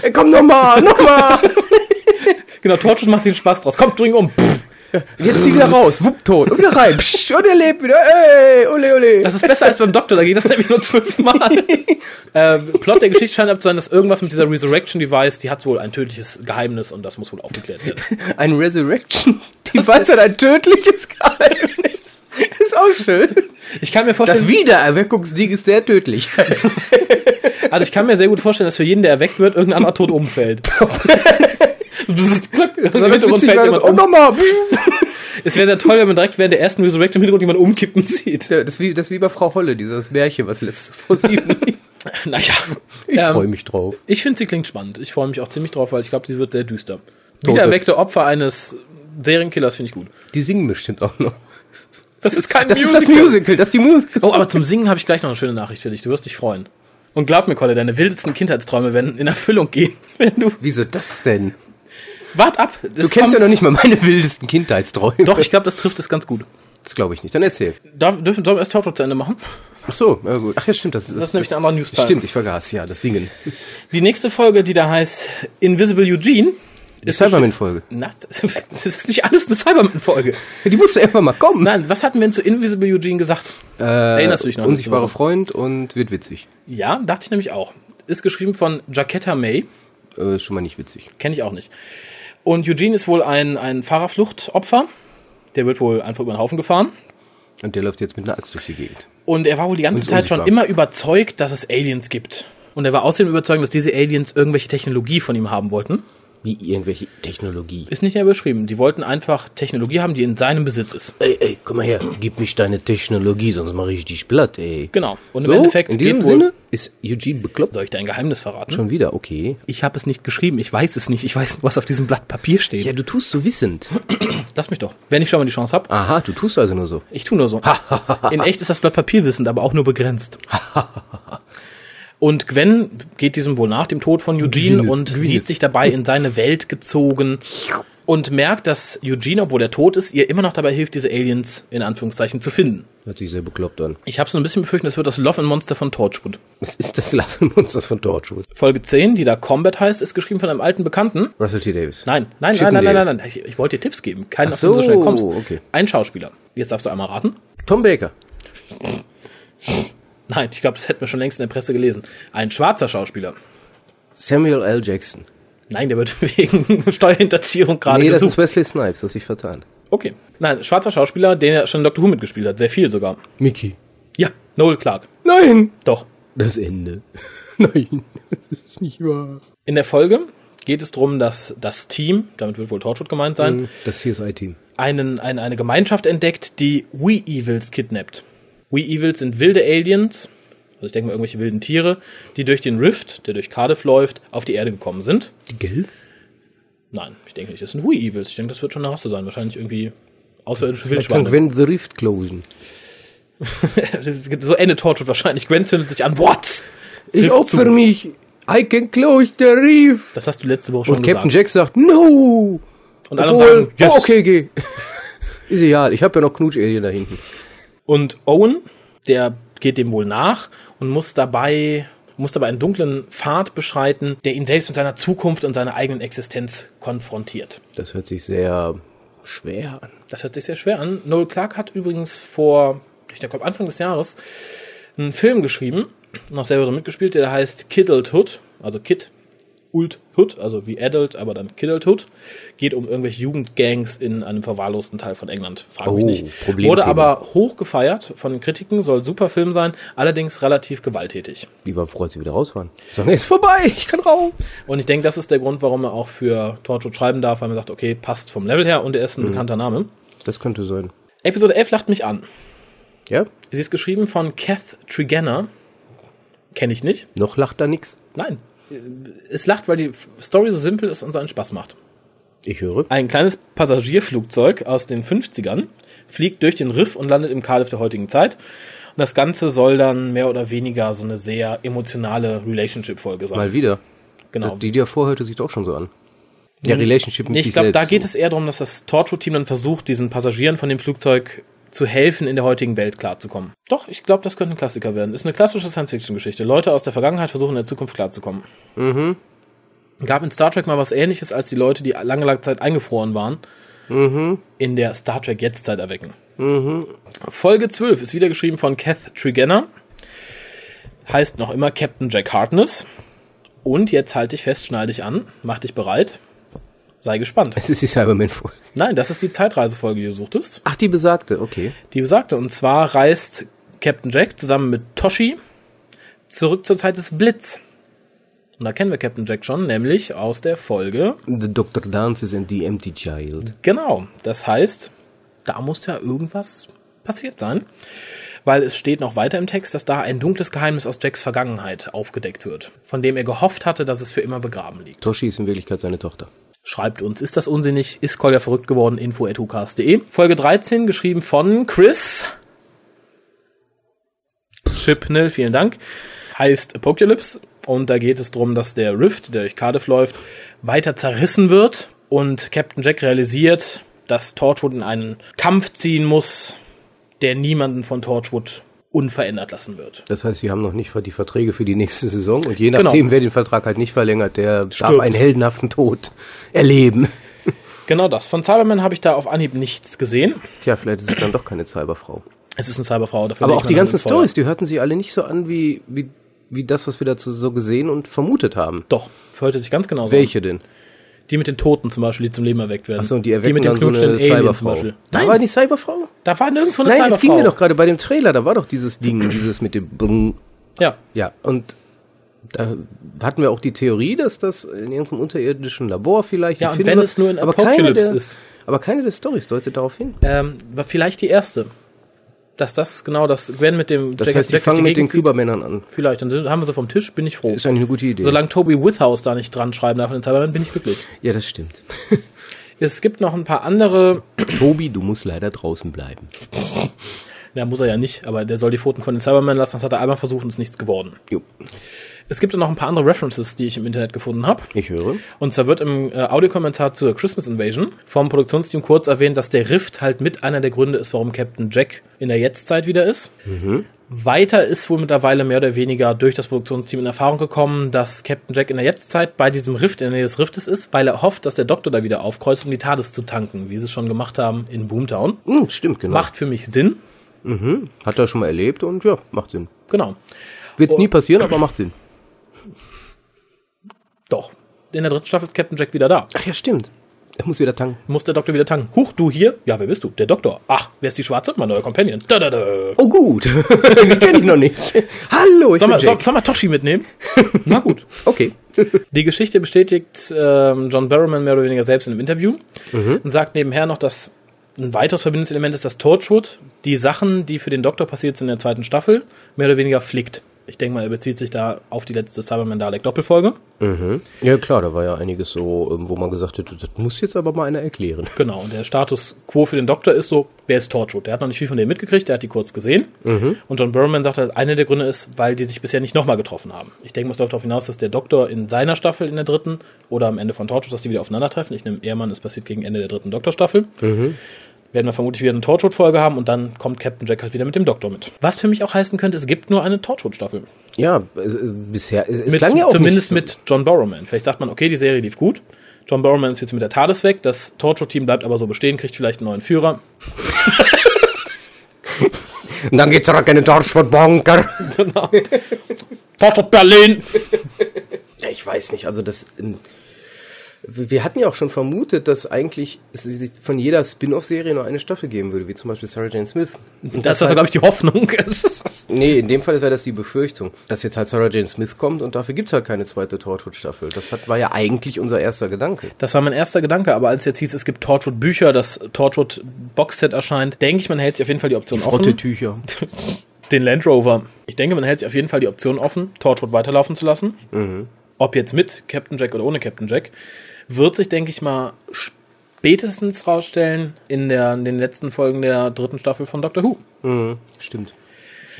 D: Ey, Äh, komm nochmal, nochmal.
B: Genau, Torchwood macht sich den Spaß draus. Komm, dring um. Pff.
D: Jetzt zieh wieder raus, wupp, tot, und wieder rein, psch, und er lebt wieder, ey, ole, ole.
B: Das ist besser als beim Doktor, da geht das nämlich nur zwölfmal. ähm, Plot der Geschichte scheint ab zu sein, dass irgendwas mit dieser Resurrection Device, die hat wohl ein tödliches Geheimnis und das muss wohl aufgeklärt werden.
D: ein Resurrection, die Weiß hat ein tödliches Geheimnis. Ist auch schön.
B: Ich kann mir
D: Das
B: vorstellen,
D: Wiedererweckungsding ist sehr tödlich.
B: also ich kann mir sehr gut vorstellen, dass für jeden, der erweckt wird, irgendein anderer tot umfällt. Bzzzt, klack, also im Hintergrund fällt jemand um.
D: oh, nochmal.
B: Es wäre sehr toll, wenn man direkt während der ersten Resurrection im Hintergrund jemanden umkippen sieht.
D: Das ist, wie, das ist wie bei Frau Holle, dieses Märchen, was letztes vor sieben.
B: Naja.
D: Ich
B: Ähm,
D: freue mich drauf.
B: Ich finde, sie klingt spannend. Ich freue mich auch ziemlich drauf, weil ich glaube, sie wird sehr düster.
D: Tote.
B: Wiedererweckte Opfer eines Serienkillers finde ich gut.
D: Die singen bestimmt auch noch.
B: Das ist kein
D: Das
B: Musical.
D: ist das Musical, das ist die Musik.
B: Oh, aber zum Singen habe ich gleich noch eine schöne Nachricht für dich. Du wirst dich freuen. Und glaub mir, Kolle, deine wildesten Kindheitsträume werden in Erfüllung gehen, wenn du.
D: Wieso das denn?
B: Wart ab!
D: Du kennst ja noch nicht mal meine wildesten Kindheitsträume.
B: Doch, ich glaube, das trifft es ganz gut.
D: Das glaube ich nicht. Dann erzähl.
B: Darf, dürfen, sollen wir erst Torture zu Ende machen?
D: Ach so, ja gut. Ach ja, stimmt. Das, das,
B: ist nämlich eine andere News-Time.
D: Stimmt, ich vergaß. Ja, das Singen.
B: Die nächste Folge, die da heißt Invisible Eugene.
D: Die Cyberman-Folge.
B: Na, das ist nicht alles eine Cyberman-Folge.
D: Die musste irgendwann mal kommen.
B: Nein, was hatten wir denn zu Invisible Eugene gesagt? Erinnerst du dich noch?
D: Unsichtbare
B: letzte Woche?
D: Freund und wird witzig.
B: Ja, dachte ich nämlich auch. Ist geschrieben von Jaquetta May.
D: Äh, ist schon mal nicht witzig.
B: Kenne ich auch nicht. Und Eugene ist wohl ein, ein Fahrerfluchtopfer. Der wird wohl einfach über den Haufen gefahren.
D: Und der läuft jetzt mit einer Axt durch die Gegend.
B: Und er war wohl die ganze
D: Und
B: Zeit schon
D: unsichtbar.
B: immer überzeugt, dass es Aliens gibt. Und er war außerdem überzeugt, dass diese Aliens irgendwelche Technologie von ihm haben wollten.
D: Wie irgendwelche Technologie.
B: Ist nicht näher beschrieben. Die wollten einfach Technologie haben, die in seinem Besitz ist.
D: Ey, ey, komm mal her. Gib mich deine Technologie, sonst mache ich dich platt, ey.
B: Genau. Und im Endeffekt
D: in diesem
B: geht wohl-
D: Sinne ist Eugene bekloppt.
B: Soll ich dir ein Geheimnis verraten?
D: Schon wieder, okay.
B: Ich habe es nicht geschrieben. Ich weiß es nicht. Ich weiß nur, was auf diesem Blatt Papier steht.
D: Ja, du tust so wissend.
B: Lass mich doch. Ah. Wenn ich schon mal die Chance habe.
D: Aha, du tust also nur so.
B: Ich tu nur so. In echt ist das Blatt Papier wissend, aber auch nur begrenzt. Und Gwen geht diesem wohl nach dem Tod von Eugene
D: Gwyneth,
B: und
D: Gwyneth.
B: sieht sich dabei in seine Welt gezogen und merkt, dass Eugene, obwohl er tot ist, ihr immer noch dabei hilft, diese Aliens in Anführungszeichen zu finden.
D: Hört sich sehr bekloppt an.
B: Ich habe so ein bisschen befürchtet, es wird das Love and Monster von Torchwood.
D: Es ist das Laffenmonster von Torchwood.
B: Folge 10, die da Combat heißt, ist geschrieben von einem alten Bekannten.
D: Russell T. Davis.
B: Nein, nein, nein, nein,
D: Chippendale.
B: nein, nein, nein. Ich, ich wollte dir Tipps geben. Keinen,
D: Ach
B: auf den du so
D: so,
B: schnell kommst.
D: okay.
B: Ein Schauspieler. Jetzt darfst du einmal raten.
D: Tom Baker.
B: Nein, ich glaube, das hätten wir schon längst in der Presse gelesen. Ein schwarzer Schauspieler.
D: Samuel L. Jackson.
B: Nein, der wird wegen Steuerhinterziehung gerade
D: nee, das ist
B: gesucht.
D: Wesley Snipes, das ist ich vertan.
B: Okay. Nein, schwarzer Schauspieler, den er schon in Doctor Who mitgespielt hat. Sehr viel sogar.
D: Mickey.
B: Ja, Noel Clark.
D: Nein!
B: Doch.
D: Das Ende. Nein, das ist nicht wahr.
B: In der Folge geht es darum, dass das Team, damit wird wohl Torchwood gemeint sein,
D: Das CSI-Team.
B: einen, ein, eine Gemeinschaft entdeckt, die We Evils kidnappt. We Evils sind wilde Aliens, also ich denke mal irgendwelche wilden Tiere, die durch den Rift, der durch Cardiff läuft, auf die Erde gekommen sind.
D: Die Gelf?
B: Nein, ich denke nicht, das sind We Evils. Ich denke, das wird schon eine Rasse sein. Wahrscheinlich irgendwie außerirdische
D: Ich kann
B: Wildschweine.
D: Gwen the Rift closen.
B: so endet Torchwood wahrscheinlich. Gwen zündet sich an. What?
D: Ich
B: Rift
D: opfer
B: zu.
D: mich. I can close the Rift.
B: Das hast du letzte Woche schon
D: Und
B: gesagt.
D: Captain Jack sagt, no!
B: und alle sagen, yes.
D: oh, okay, geh. ist egal, ich habe ja noch Knutsch-Alien da hinten.
B: Und Owen, der geht dem wohl nach und muss dabei, muss dabei einen dunklen Pfad beschreiten, der ihn selbst mit seiner Zukunft und seiner eigenen Existenz konfrontiert.
D: Das hört sich sehr schwer an.
B: Das hört sich sehr schwer an. Noel Clark hat übrigens vor, ich glaube Anfang des Jahres, einen Film geschrieben, noch selber so mitgespielt, der heißt Kiddlehood, also Kid Ult Hood, also wie Adult, aber dann Kiddlehood. Geht um irgendwelche Jugendgangs in einem verwahrlosten Teil von England. Frag mich
D: Oh,
B: nicht.
D: Problemthema.
B: Wurde aber hochgefeiert von den Kritiken, soll ein super Film sein, allerdings relativ gewalttätig.
D: Die war froh, als sie wieder raus waren. Sagen, ist vorbei, ich kann raus.
B: Und ich denke, das ist der Grund, warum er auch für Torchwood schreiben darf, weil man sagt, okay, passt vom Level her und er
D: Mhm.
B: ist ein bekannter Name.
D: Das könnte sein.
B: Episode 11 lacht mich an.
D: Ja?
B: Sie ist geschrieben von Kath Trigenna. Kenne ich nicht.
D: Noch lacht da nix.
B: Nein. Es lacht, weil die Story so simpel ist und so einen Spaß macht.
D: Ich höre.
B: Ein kleines Passagierflugzeug aus den 50ern fliegt durch den Riff und landet im Cardiff der heutigen Zeit. Und das Ganze soll dann mehr oder weniger so eine sehr emotionale Relationship-Folge sein.
D: Mal wieder.
B: genau.
D: Die, die davor hörte sich doch schon so an. Ja, Relationship mit
B: Nee, ich
D: sich
B: glaube, da
D: selbst.
B: geht es eher darum, dass das Torture-Team dann versucht, diesen Passagieren von dem Flugzeug zu helfen, in der heutigen Welt klarzukommen. Doch, ich glaube, das könnte ein Klassiker werden. Ist eine klassische Science-Fiction-Geschichte. Leute aus der Vergangenheit versuchen, in der Zukunft klarzukommen. Mhm. Gab in Star Trek mal was ähnliches, als die Leute, die lange, lange Zeit eingefroren waren, in der Star Trek Jetztzeit erwecken. Folge 12 ist wieder geschrieben von Kath Trigenna. Heißt noch immer Captain Jack Harkness. Und jetzt halte dich fest, schnall dich an, mach dich bereit. Sei gespannt.
D: Es ist die Cyberman-Folge.
B: Nein, das ist die Zeitreisefolge, die du suchtest.
D: Ach, die besagte, okay.
B: Die besagte. Und zwar reist Captain Jack zusammen mit Toshi zurück zur Zeit des Blitz. Und da kennen wir Captain Jack schon, nämlich aus der Folge.
D: The Dr. Dances and the Empty Child.
B: Genau. Das heißt, da muss ja irgendwas passiert sein. Weil es steht noch weiter im Text, dass da ein dunkles Geheimnis aus Jacks Vergangenheit aufgedeckt wird, von dem er gehofft hatte, dass es für immer begraben liegt.
D: Toshi ist in Wirklichkeit seine Tochter.
B: Schreibt uns, ist das unsinnig? Ist Kolja verrückt geworden? Info at hukas.de. Folge 13, geschrieben von Chris Chipnell, vielen Dank. Heißt Apocalypse. Und da geht es darum, dass der Rift, der durch Cardiff läuft, weiter zerrissen wird. Und Captain Jack realisiert, dass Torchwood in einen Kampf ziehen muss, der niemanden von Torchwood unverändert lassen wird.
D: Das heißt, wir haben noch nicht die Verträge für die nächste Saison und je
B: Genau.
D: nachdem, wer den Vertrag halt nicht verlängert, der darf
B: Stirbt.
D: einen heldenhaften Tod erleben.
B: Genau das. Von Cyberman habe ich da auf Anhieb nichts gesehen.
D: Tja, vielleicht ist es dann doch keine Cyberfrau.
B: Es ist eine Cyberfrau. Dafür
D: Aber
B: leg
D: auch
B: ich
D: die
B: meine Hand
D: ganzen
B: ins Feuer.
D: Stories, die hörten sich alle nicht so an wie, wie, wie das, was wir dazu so gesehen und vermutet haben.
B: Doch, hörte sich ganz genau so.
D: Welche denn?
B: An. Die mit den Toten zum Beispiel, die zum Leben erweckt werden.
D: Achso, und die erwecken
B: mit dem
D: dann so eine
B: knutschenden Alien zum
D: Cyberfrau.
B: Beispiel.
D: Da
B: Nein,
D: war die Cyberfrau?
B: da war nirgendwo eine
D: Nein,
B: Cyberfrau.
D: das ging mir doch gerade bei dem Trailer, da war doch dieses Ding, dieses mit dem Brung.
B: Ja,
D: Ja, und da hatten wir auch die Theorie, dass das in irgendeinem unterirdischen Labor vielleicht.
B: Ja,
D: die
B: und
D: finden
B: wenn
D: was,
B: es nur in
D: aber keine
B: Apocalypse
D: der,
B: ist.
D: Aber keine der Storys deutet darauf hin.
B: ähm, war vielleicht die erste. Dass das genau das Gwen mit dem
D: Das
B: Jack-
D: heißt, die
B: Jack durch
D: fangen mit den
B: Gegend zieht.
D: Kybermännern an.
B: Vielleicht, dann sind, haben wir sie vom Tisch, bin ich froh.
D: Ist eigentlich eine gute Idee.
B: Solange Toby Withhouse da nicht dran schreiben darf in den Cyberman, bin ich glücklich.
D: ja, das stimmt.
B: Es gibt noch ein paar andere,
D: Tobi, du musst leider draußen bleiben.
B: na muss er ja nicht, aber der soll die Pfoten von den Cybermen lassen, das hat er einmal versucht und ist nichts geworden.
D: Jo.
B: Es gibt noch ein paar andere References, die ich im Internet gefunden habe.
D: Ich höre.
B: Und zwar wird im äh, Audiokommentar zur Christmas Invasion vom Produktionsteam kurz erwähnt, dass der Rift halt mit einer der Gründe ist, warum Captain Jack in der Jetztzeit wieder ist. Weiter ist wohl mittlerweile mehr oder weniger durch das Produktionsteam in Erfahrung gekommen, dass Captain Jack in der Jetztzeit bei diesem Rift in der Nähe des Riftes ist, weil er hofft, dass der Doktor da wieder aufkreuzt, um die TARDIS zu tanken, wie sie es schon gemacht haben in Boomtown.
D: Hm, stimmt, genau.
B: Macht für mich Sinn.
D: Hat er schon mal erlebt und ja, macht Sinn.
B: Genau.
D: Wird nie passieren, aber macht Sinn.
B: Doch. In der dritten Staffel ist Captain Jack wieder da.
D: Ach ja, stimmt. Er muss wieder tanken.
B: Muss der Doktor wieder tanken. Huch, du hier? Ja, wer bist du? Der Doktor. Ach, wer ist die Schwarze? Mein neuer Companion. Da, da, da.
D: Oh gut, die kenne ich noch nicht. Hallo,
B: Soll
D: ich bin
B: man, soll,
D: Jake.
B: soll man Toshi mitnehmen? Na gut.
D: Okay.
B: Die Geschichte bestätigt ähm, John Barrowman mehr oder weniger selbst in einem Interview und sagt nebenher noch, dass ein weiteres verbindendes Element ist, dass Torchwood die Sachen, die für den Doktor passiert sind in der zweiten Staffel, mehr oder weniger flickt. Ich denke mal, er bezieht sich da auf die letzte Cyberman-Dalek-Doppelfolge.
D: Ja klar, da war ja einiges so, ähm, wo man gesagt hätte, das muss jetzt aber mal einer erklären.
B: Genau, und der Status quo für den Doktor ist so, wer ist Torchwood? Der hat noch nicht viel von denen mitgekriegt, der hat die kurz gesehen. Und John Burrowman sagt halt, einer der Gründe ist, weil die sich bisher nicht nochmal getroffen haben. Ich denke, es läuft darauf hinaus, dass der Doktor in seiner Staffel in der dritten oder am Ende von Torchwood, dass die wieder aufeinandertreffen. Ich nehme Ehrmann, es passiert gegen Ende der dritten Doktorstaffel. Werden wir vermutlich wieder eine Torchwood-Folge haben und dann kommt Captain Jack halt wieder mit dem Doktor mit. Was für mich auch heißen könnte, es gibt nur eine Torchwood-Staffel.
D: Ja, es, äh, bisher, es es
B: Mit,
D: klang ja auch
B: zumindest
D: nicht,
B: mit John Borrowman. Vielleicht sagt man, okay, die Serie lief gut. John Borrowman ist jetzt mit der TARDIS weg. Das Torture-Team bleibt aber so bestehen, kriegt vielleicht einen neuen Führer.
D: mit... Dann geht's zurück in den Torchwood-Bunker.
B: Torture Berlin!
D: Ja, ich weiß nicht, also das... ähm, Wir hatten ja auch schon vermutet, dass eigentlich es von jeder Spin-off-Serie nur eine Staffel geben würde, wie zum Beispiel Sarah Jane Smith. Und halt,
B: Das ist also, glaube ich, die Hoffnung. Es ist-
D: Nee, in dem Fall wäre das die Befürchtung, dass jetzt halt Sarah Jane Smith kommt und dafür gibt's halt keine zweite Torchwood-Staffel. Das hat, war ja eigentlich unser erster Gedanke.
B: Das war mein erster Gedanke, aber als jetzt hieß, es gibt Torchwood-Bücher, das Torchwood-Boxset erscheint, denke ich, man hält sich auf jeden Fall die Option offen.
D: Tücher.
B: Den Land Rover. Ich denke, man hält sich auf jeden Fall die Option offen, Torchwood weiterlaufen zu lassen. Ob jetzt mit Captain Jack oder ohne Captain Jack, wird sich, denke ich mal, spätestens rausstellen in, der, in den letzten Folgen der dritten Staffel von Doctor Who.
D: Stimmt.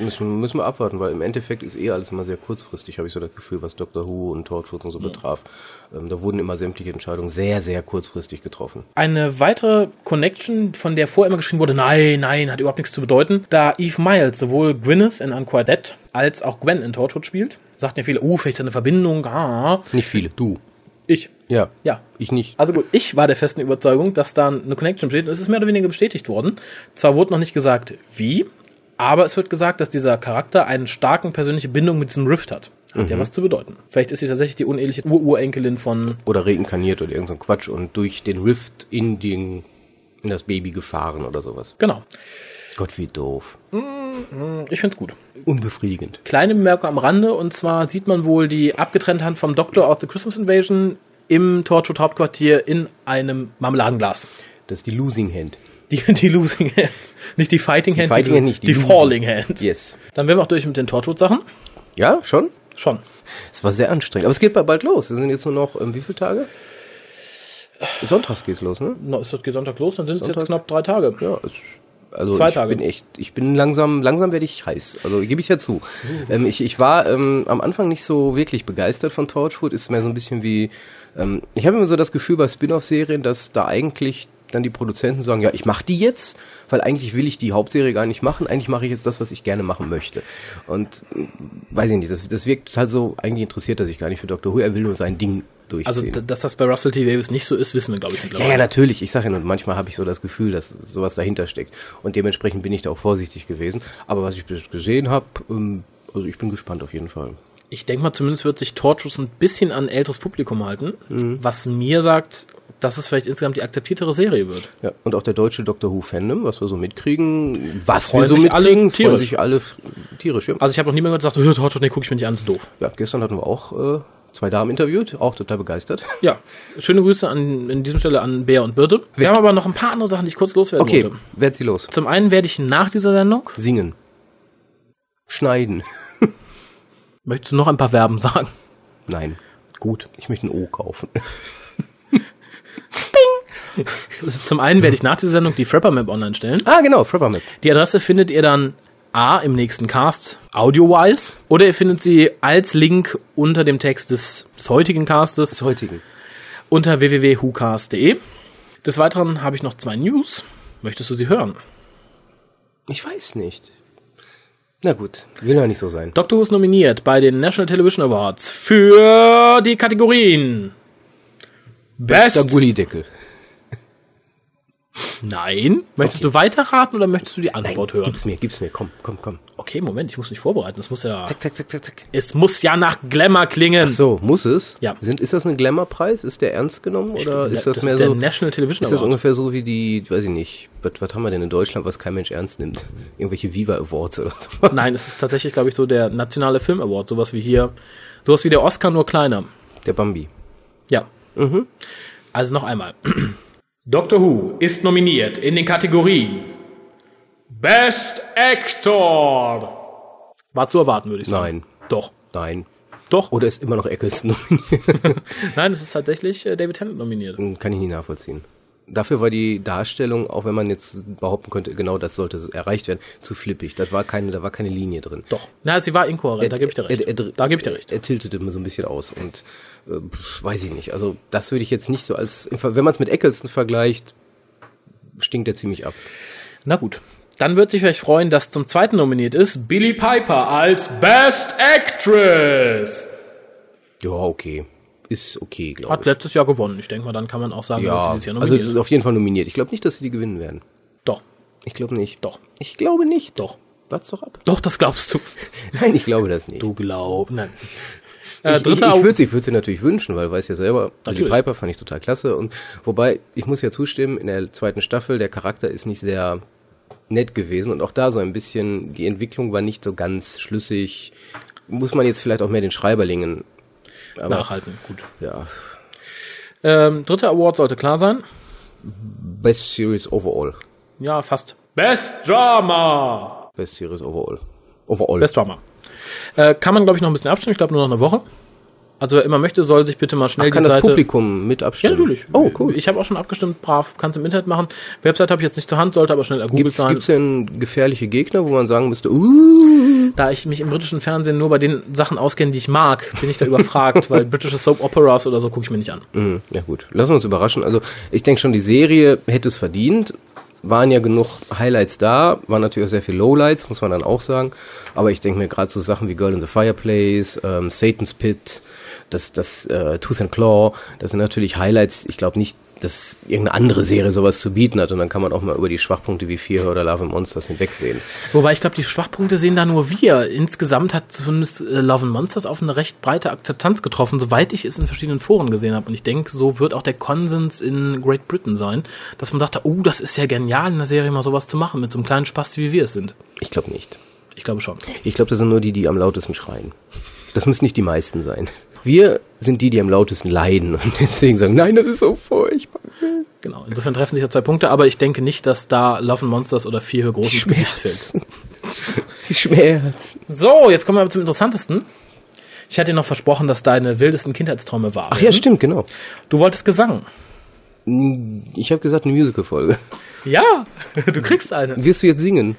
D: Müssen, müssen wir abwarten, weil im Endeffekt ist eh alles immer sehr kurzfristig, habe ich so das Gefühl, was Doctor Who und Torchwood und so betraf. Ähm, da wurden immer sämtliche Entscheidungen sehr, sehr kurzfristig getroffen.
B: Eine weitere Connection, von der vorher immer geschrieben wurde, nein, nein, hat überhaupt nichts zu bedeuten, da Eve Miles sowohl Gwyneth in Unquiet Dead uh, als auch Gwen in Torchwood spielt, sagten ja viele, oh, vielleicht ist da eine Verbindung, ah.
D: Nicht viele, du.
B: Ich.
D: Ja.
B: Ja.
D: Ich nicht.
B: Also gut, ich war der festen Überzeugung, dass da eine Connection besteht und es ist mehr oder weniger bestätigt worden. Zwar wurde noch nicht gesagt, wie, aber es wird gesagt, dass dieser Charakter eine starke persönliche Bindung mit diesem Rift hat. Hat
D: Mhm.
B: ja was zu bedeuten. Vielleicht ist sie tatsächlich die uneheliche Urenkelin von
D: Oder reinkarniert oder irgend so ein Quatsch und durch den Rift in den in das Baby gefahren oder sowas.
B: Genau.
D: Gott, wie doof.
B: Ich find's gut.
D: Unbefriedigend.
B: Kleine Bemerkung am Rande, und zwar sieht man wohl die abgetrennte Hand vom Doctor aus The Christmas Invasion im Torchwood Hauptquartier in einem Marmeladenglas.
D: Das ist die Losing Hand.
B: Die, die Losing Hand. Nicht die Fighting Hand,
D: Fighting Hand nicht,
B: die,
D: die
B: die
D: Losing.
B: Falling Hand.
D: Yes.
B: Dann wären wir auch durch mit den Torchwood-Sachen.
D: Ja, schon?
B: Schon.
D: Es war sehr anstrengend. Aber es geht bald, bald los. Es sind jetzt nur noch, ähm, wie viele Tage? Sonntags geht's los, ne?
B: Na, ist das geht Sonntag los, dann sind es
D: Sonntag?
B: jetzt knapp drei Tage.
D: Ja, es, also
B: Zwei
D: ich
B: Tage.
D: bin echt, ich bin langsam, langsam werde ich heiß. Also gebe ich ja zu.
B: Uh.
D: Ähm, ich, ich war ähm, am Anfang nicht so wirklich begeistert von Torchwood. Ist mehr so ein bisschen wie, ähm, ich habe immer so das Gefühl bei Spin-off-Serien, dass da eigentlich dann die Produzenten sagen, ja, ich mache die jetzt, weil eigentlich will ich die Hauptserie gar nicht machen. Eigentlich mache ich jetzt das, was ich gerne machen möchte. Und äh, weiß ich nicht, das, das wirkt halt so, eigentlich interessiert er sich gar nicht für Doctor Who. Er will nur sein Ding durchziehen.
B: Also, d- dass das bei Russell T. Davis nicht so ist, wissen wir, glaube ich,
D: Ja,
B: mittlerweile.
D: ja, natürlich. Ich sage ja, nur, manchmal habe ich so das Gefühl, dass sowas dahinter steckt. Und dementsprechend bin ich da auch vorsichtig gewesen. Aber was ich bis gesehen habe, ähm, also ich bin gespannt auf jeden Fall.
B: Ich denke mal, zumindest wird sich Torchwood ein bisschen an älteres Publikum halten,
D: Mhm.
B: was mir sagt, dass es vielleicht insgesamt die akzeptiertere Serie wird.
D: Ja, und auch der deutsche Doctor Who Fandom, was wir so mitkriegen, was
B: Freuen
D: wir so
B: sich alle
D: mitkriegen, freuen
B: tierisch.
D: sich alle f- tierisch. Ja.
B: Also ich habe noch niemanden gesagt, hör, Torchwood, nee, gucke ich mir nicht an, ist doof.
D: ja, gestern hatten wir auch äh, zwei Damen interviewt, auch total begeistert.
B: Ja, schöne Grüße an in diesem Stelle an Bea und Birte. Wir haben aber noch ein paar andere Sachen, die ich kurz loswerden
D: Okay,
B: wollte.
D: werd sie los.
B: Zum einen werde ich nach dieser Sendung,
D: Singen. Schneiden.
B: möchtest du noch ein paar Verben sagen?
D: Nein. Gut, ich möchte ein O kaufen.
B: Zum einen werde ich nach dieser Sendung die Frapper Map online stellen.
D: ah, genau, Frapper mit.
B: Die Adresse findet ihr dann A im nächsten Cast, audio-wise, oder ihr findet sie als Link unter dem Text des, des heutigen Castes
D: Des heutigen.
B: unter www.hucast.de. Des Weiteren habe ich noch zwei News. Möchtest du sie hören?
D: Ich weiß nicht. Na gut, will ja nicht so sein.
B: Doctor Who ist nominiert bei den National Television Awards für die Kategorien
D: Bester
B: Best.
D: Gullideckel.
B: Nein. Möchtest du weiterraten oder möchtest du die Antwort hören?
D: Gib's mir, gib's mir, komm, komm, komm.
B: Okay, Moment, ich muss mich vorbereiten. Das muss ja,
D: Zack, zack, zack, zack, zack.
B: es muss ja nach Glamour klingen.
D: So, muss es?
B: Ja.
D: Sind, ist das ein Glamour-Preis? Ist der ernst genommen? Oder ist das, mehr
B: ist der
D: so.
B: National Television
D: Ist das
B: Award.
D: ungefähr so wie die, weiß ich nicht, was, was haben wir denn in Deutschland, was kein Mensch ernst nimmt? Irgendwelche Viva Awards oder sowas?
B: Nein, es ist tatsächlich, glaube ich, so der nationale Film Award, sowas wie hier, sowas wie der Oscar, nur kleiner.
D: Der Bambi.
B: Ja. Also noch einmal. Doctor Who ist nominiert in den Kategorien Best Actor. War zu erwarten, würde ich sagen.
D: Nein.
B: Doch.
D: Nein.
B: Doch.
D: Oder ist immer noch Eccleston?
B: Nein, es ist tatsächlich äh, David Tennant nominiert.
D: Kann ich nicht nachvollziehen. Dafür war die Darstellung, auch wenn man jetzt behaupten könnte, genau das sollte erreicht werden, zu flippig. Das war keine, da war keine Linie drin.
B: Doch. Na, sie war
D: Äh,
B: inkohärent, da gebe ich dir recht.
D: Er, er,
B: da gebe ich dir recht.
D: äh, Er, er tiltete immer so ein bisschen aus und äh, pf, weiß ich nicht. Also das würde ich jetzt nicht so als, im Ver- wenn man es mit Eccleston vergleicht, stinkt er ziemlich ab.
B: Na gut. Dann wird sich vielleicht freuen, dass zum zweiten nominiert ist Billy Piper als Best Actress.
D: Ja, okay. Ist okay,
B: Hat
D: glaube ich.
B: letztes Jahr gewonnen. Ich denke mal, dann kann man auch sagen,
D: Ja,
B: wird sie dieses Jahr
D: also
B: nominiert.
D: es ist auf jeden Fall nominiert. Ich glaube nicht, dass sie die gewinnen werden.
B: doch.
D: Ich glaube nicht.
B: Doch.
D: Ich glaube nicht.
B: Doch.
D: Wart's doch ab.
B: Doch, das glaubst du.
D: Nein, ich glaube das nicht.
B: Du glaubst. Nein.
D: Ich,
B: Äh,
D: ich, ich
B: dritter Au-
D: würde sie, ich würd sie natürlich wünschen, weil weiß ja selber,
B: Natürlich.
D: die Piper fand ich total klasse. Und wobei, ich muss ja zustimmen, in der zweiten Staffel, der Charakter ist nicht sehr nett gewesen und auch da so ein bisschen, die Entwicklung war nicht so ganz schlüssig. Muss man jetzt vielleicht auch mehr den Schreiberlingen. Aber
B: nachhalten. Gut.
D: ja.
B: Ähm, dritter Award sollte klar sein.
D: Best Series overall.
B: Ja, fast. Best Drama.
D: Best Series overall. Overall.
B: Best Drama. Äh, kann man, glaube ich, noch ein bisschen abstimmen. Ich glaube, nur noch eine Woche. Also, wer immer möchte, soll sich bitte mal schnell
D: Ach, kann
B: die
D: das
B: Seite...
D: Publikum mit
B: Ja,
D: abstimmen?
B: natürlich.
D: Oh, cool.
B: Ich habe auch schon abgestimmt, brav. Kannst im Internet machen. Website habe ich jetzt nicht zur Hand, sollte aber schnell ergoogelt
D: Gibt's,
B: sein.
D: gibt's denn gefährliche Gegner, wo man sagen müsste, uh,
B: Da ich mich im britischen Fernsehen nur bei den Sachen auskenne, die ich mag, bin ich da überfragt, weil britische Soap Operas oder so gucke ich mir nicht an.
D: Hm, Ja gut, lassen wir uns überraschen. Also ich denke schon, die Serie hätte es verdient. Waren ja genug Highlights da, waren natürlich auch sehr viel Lowlights, muss man dann auch sagen. Aber ich denke mir gerade so Sachen wie Girl in the Fireplace, ähm, Satan's Pit, das, das äh, Tooth and Claw, das sind natürlich Highlights. Ich glaube nicht, dass irgendeine andere Serie sowas zu bieten hat und dann kann man auch mal über die Schwachpunkte wie Fear oder Love and Monsters hinwegsehen.
B: Wobei ich glaube, die Schwachpunkte sehen da nur wir. Insgesamt hat zumindest äh, Love and Monsters auf eine recht breite Akzeptanz getroffen, soweit ich es in verschiedenen Foren gesehen habe. Und ich denke, so wird auch der Konsens in Great Britain sein, dass man dachte, oh, das ist ja genial, in der Serie mal sowas zu machen, mit so einem kleinen Spaß, wie wir es sind.
D: Ich glaube nicht.
B: Ich glaube schon.
D: Ich glaube, das sind nur die, die am lautesten schreien. Das müssen nicht die meisten sein. Wir sind die, die am lautesten leiden und deswegen sagen, nein, das ist so furchtbar.
B: Genau. Insofern treffen sich ja zwei Punkte, aber ich denke nicht, dass da Love and Monsters oder vier Höhe großes Gewicht fällt.
D: Die Schmerzen.
B: So, jetzt kommen wir aber zum Interessantesten. Ich hatte dir noch versprochen, dass deine wildesten Kindheitsträume waren.
D: Ach ja, stimmt, genau.
B: Du wolltest Gesang.
D: Ich habe gesagt, eine Musical-Folge.
B: Ja, du kriegst eine.
D: Wirst du jetzt singen?